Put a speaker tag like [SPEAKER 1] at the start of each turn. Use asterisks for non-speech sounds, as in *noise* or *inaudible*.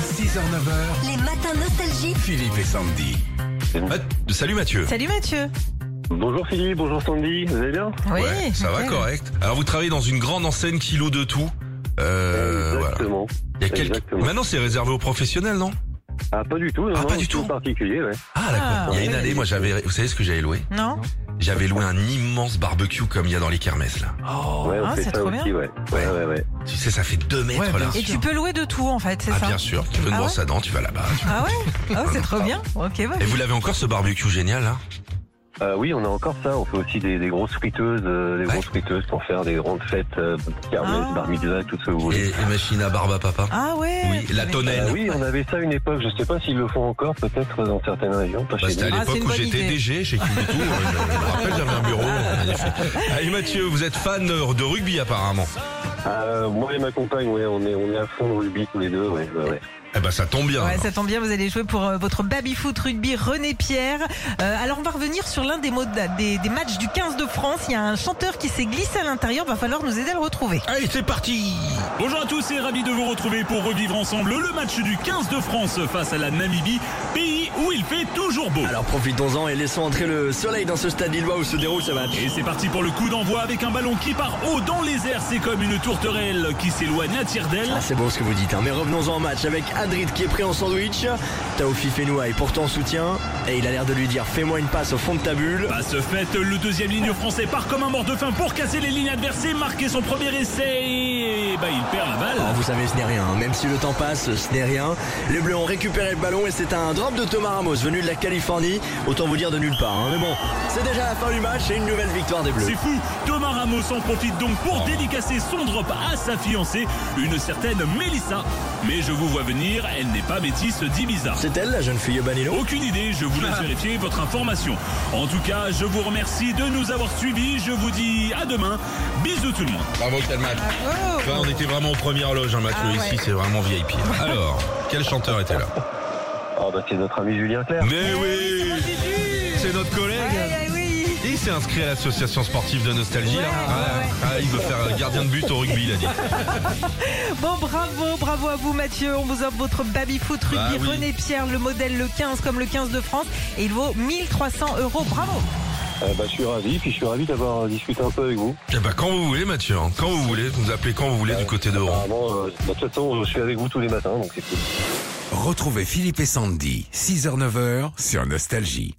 [SPEAKER 1] 6h-9h,
[SPEAKER 2] Les matins nostalgiques.
[SPEAKER 1] Philippe et Sandy. Ma- Salut Mathieu.
[SPEAKER 3] Salut Mathieu.
[SPEAKER 4] Bonjour Philippe, bonjour Sandy, vous allez bien
[SPEAKER 3] Oui.
[SPEAKER 1] ouais, ça va
[SPEAKER 3] nickel.
[SPEAKER 1] correct. Alors vous travaillez dans une grande enseigne kilo de tout. Euh, voilà.
[SPEAKER 4] Exactement.
[SPEAKER 1] Il y a quelques-
[SPEAKER 4] Exactement.
[SPEAKER 1] Maintenant c'est réservé aux professionnels, non
[SPEAKER 4] Ah pas du tout, non,
[SPEAKER 1] Ah, pas
[SPEAKER 4] non,
[SPEAKER 1] du
[SPEAKER 4] c'est
[SPEAKER 1] tout.
[SPEAKER 4] en particulier, ouais.
[SPEAKER 1] Ah d'accord.
[SPEAKER 3] Ah,
[SPEAKER 1] il y a une
[SPEAKER 3] ouais.
[SPEAKER 1] année, moi j'avais, vous savez ce que j'avais loué
[SPEAKER 3] Non
[SPEAKER 1] J'avais loué un immense barbecue comme il y a dans les kermesses là.
[SPEAKER 4] ouais on
[SPEAKER 3] ah,
[SPEAKER 4] fait
[SPEAKER 3] c'est
[SPEAKER 4] ça
[SPEAKER 3] trop
[SPEAKER 4] aussi,
[SPEAKER 3] bien.
[SPEAKER 4] ouais. Ouais, ouais, ouais.
[SPEAKER 1] Tu sais, ça fait 2 mètres
[SPEAKER 5] Ouais, bien
[SPEAKER 1] là.
[SPEAKER 5] sûr.
[SPEAKER 3] Et tu peux louer de tout en fait, c'est
[SPEAKER 1] Ah
[SPEAKER 3] ça
[SPEAKER 1] bien sûr. Tu veux
[SPEAKER 3] Ah
[SPEAKER 1] demander
[SPEAKER 3] ouais
[SPEAKER 1] ça dent, tu vas là-bas. tu-
[SPEAKER 3] Ah ouais Oh, c'est trop bien. Ok, bah. ouais.
[SPEAKER 1] Et vous l'avez encore ce barbecue génial là
[SPEAKER 4] Euh, oui, on a encore ça, on fait aussi des, des grosses friteuses, euh, des
[SPEAKER 1] Ouais.
[SPEAKER 4] grosses friteuses pour faire des grandes fêtes, euh, kermesse,
[SPEAKER 3] Ah.
[SPEAKER 4] bar mitzvah, tout ce que vous voulez.
[SPEAKER 1] Et, ben, et machine à barbe à papa.
[SPEAKER 3] Ah ouais
[SPEAKER 1] Oui, la
[SPEAKER 3] Mais-
[SPEAKER 1] tonnelle.
[SPEAKER 4] Euh, oui, on avait ça à une époque, je sais pas s'ils le font encore, peut-être euh, dans certaines régions, pas
[SPEAKER 1] Bah,
[SPEAKER 4] chez
[SPEAKER 1] c'était à
[SPEAKER 4] nous.
[SPEAKER 3] Ah, c'est
[SPEAKER 1] l'époque
[SPEAKER 3] une
[SPEAKER 1] où
[SPEAKER 3] bonne
[SPEAKER 1] j'étais
[SPEAKER 3] idée.
[SPEAKER 1] DG chez Kimutu. je, je me rappelle, j'avais un bureau. euh,
[SPEAKER 3] *laughs*
[SPEAKER 1] Magnifique. Allez Mathieu, vous êtes fan de rugby apparemment.
[SPEAKER 4] Euh, moi et ma compagne, ouais, on est, on est à fond de rugby tous les deux, ouais, ouais, ouais.
[SPEAKER 1] Eh ben ça tombe bien.
[SPEAKER 3] Ouais,
[SPEAKER 1] alors.
[SPEAKER 3] ça tombe bien, vous allez jouer pour euh, votre baby-foot rugby René Pierre. Euh, alors on va revenir sur l'un des, modes- des, des matchs du 15 de France. Il y a un chanteur qui s'est glissé à l'intérieur, va falloir nous aider à le retrouver.
[SPEAKER 1] Allez, c'est parti
[SPEAKER 6] Bonjour à tous et ravi de vous retrouver pour revivre ensemble le match du 15 de France face à la Namibie, pays où il fait toujours beau.
[SPEAKER 5] Alors profitons-en et laissons entrer le soleil dans ce stade lillois où se déroule ce match.
[SPEAKER 6] Et c'est parti pour le coup d'envoi avec un ballon qui part haut dans les airs. C'est comme une tourterelle qui s'éloigne à tire d'aile.
[SPEAKER 5] Ah, c'est beau ce que vous dites, hein. mais revenons-en au match avec Adrit qui est prêt en sandwich. Taofi Fenoua est pourtant en soutien et il a l'air de lui dire fais-moi une passe au fond de ta bulle.
[SPEAKER 6] Passe faite, le deuxième ligne français part comme un mort de faim pour casser les lignes adverses et marquer son premier essai. Et bah, il perd la balle.
[SPEAKER 5] Alors, vous savez, ce n'est rien, hein. même si le temps passe, ce n'est rien. Les Bleus ont récupéré le ballon et c'est un drop de Thomas Ramos venu de la Californie. Autant vous dire de nulle part, hein. mais bon, c'est déjà la fin du match et une nouvelle victoire des Bleus.
[SPEAKER 6] C'est fou Thomas Ramos en profite donc pour dédicacer son drop à sa fiancée, une certaine Mélissa. Mais je vous vois venir, elle n'est pas métisse, dit bizarre.
[SPEAKER 5] C'est elle la jeune fille Banilo
[SPEAKER 6] Aucune idée, je vous laisse vérifier votre information. En tout cas, je vous remercie de nous avoir suivis, je vous dis à demain. Bisous tout le monde.
[SPEAKER 1] Bravo, quel match Tu vois, on était vraiment aux premières loges, hein, Mathieu.
[SPEAKER 3] Ah ouais.
[SPEAKER 1] Ici, c'est vraiment VIP. Alors, quel chanteur était là
[SPEAKER 3] *laughs*
[SPEAKER 4] Oh, bah, c'est notre ami Julien Clerc.
[SPEAKER 1] Mais oui C'est notre collègue
[SPEAKER 3] Aïe, aïe, oui.
[SPEAKER 1] Et il s'est inscrit à l'association sportive de Nostalgie. là. Ah, ah, il veut faire gardien de but au rugby, il a dit.
[SPEAKER 3] Bon, bravo, bravo à vous Mathieu. On vous offre votre baby-foot rugby
[SPEAKER 1] Bah oui.
[SPEAKER 3] René Pierre, le modèle le 15 comme le 15 de France. Et il vaut 1300 euros. Bravo
[SPEAKER 4] Euh, bah, je suis ravi, puis je suis ravi d'avoir euh, discuté un peu avec vous.
[SPEAKER 1] Eh ben, quand vous voulez, Mathieu. hein. Quand vous voulez, vous nous appelez quand vous voulez du côté de Oran.
[SPEAKER 4] Apparemment, euh, bah, de toute façon, je suis avec vous tous les matins, donc c'est cool.
[SPEAKER 7] Retrouvez Philippe et Sandy, 6h-9h sur Nostalgie.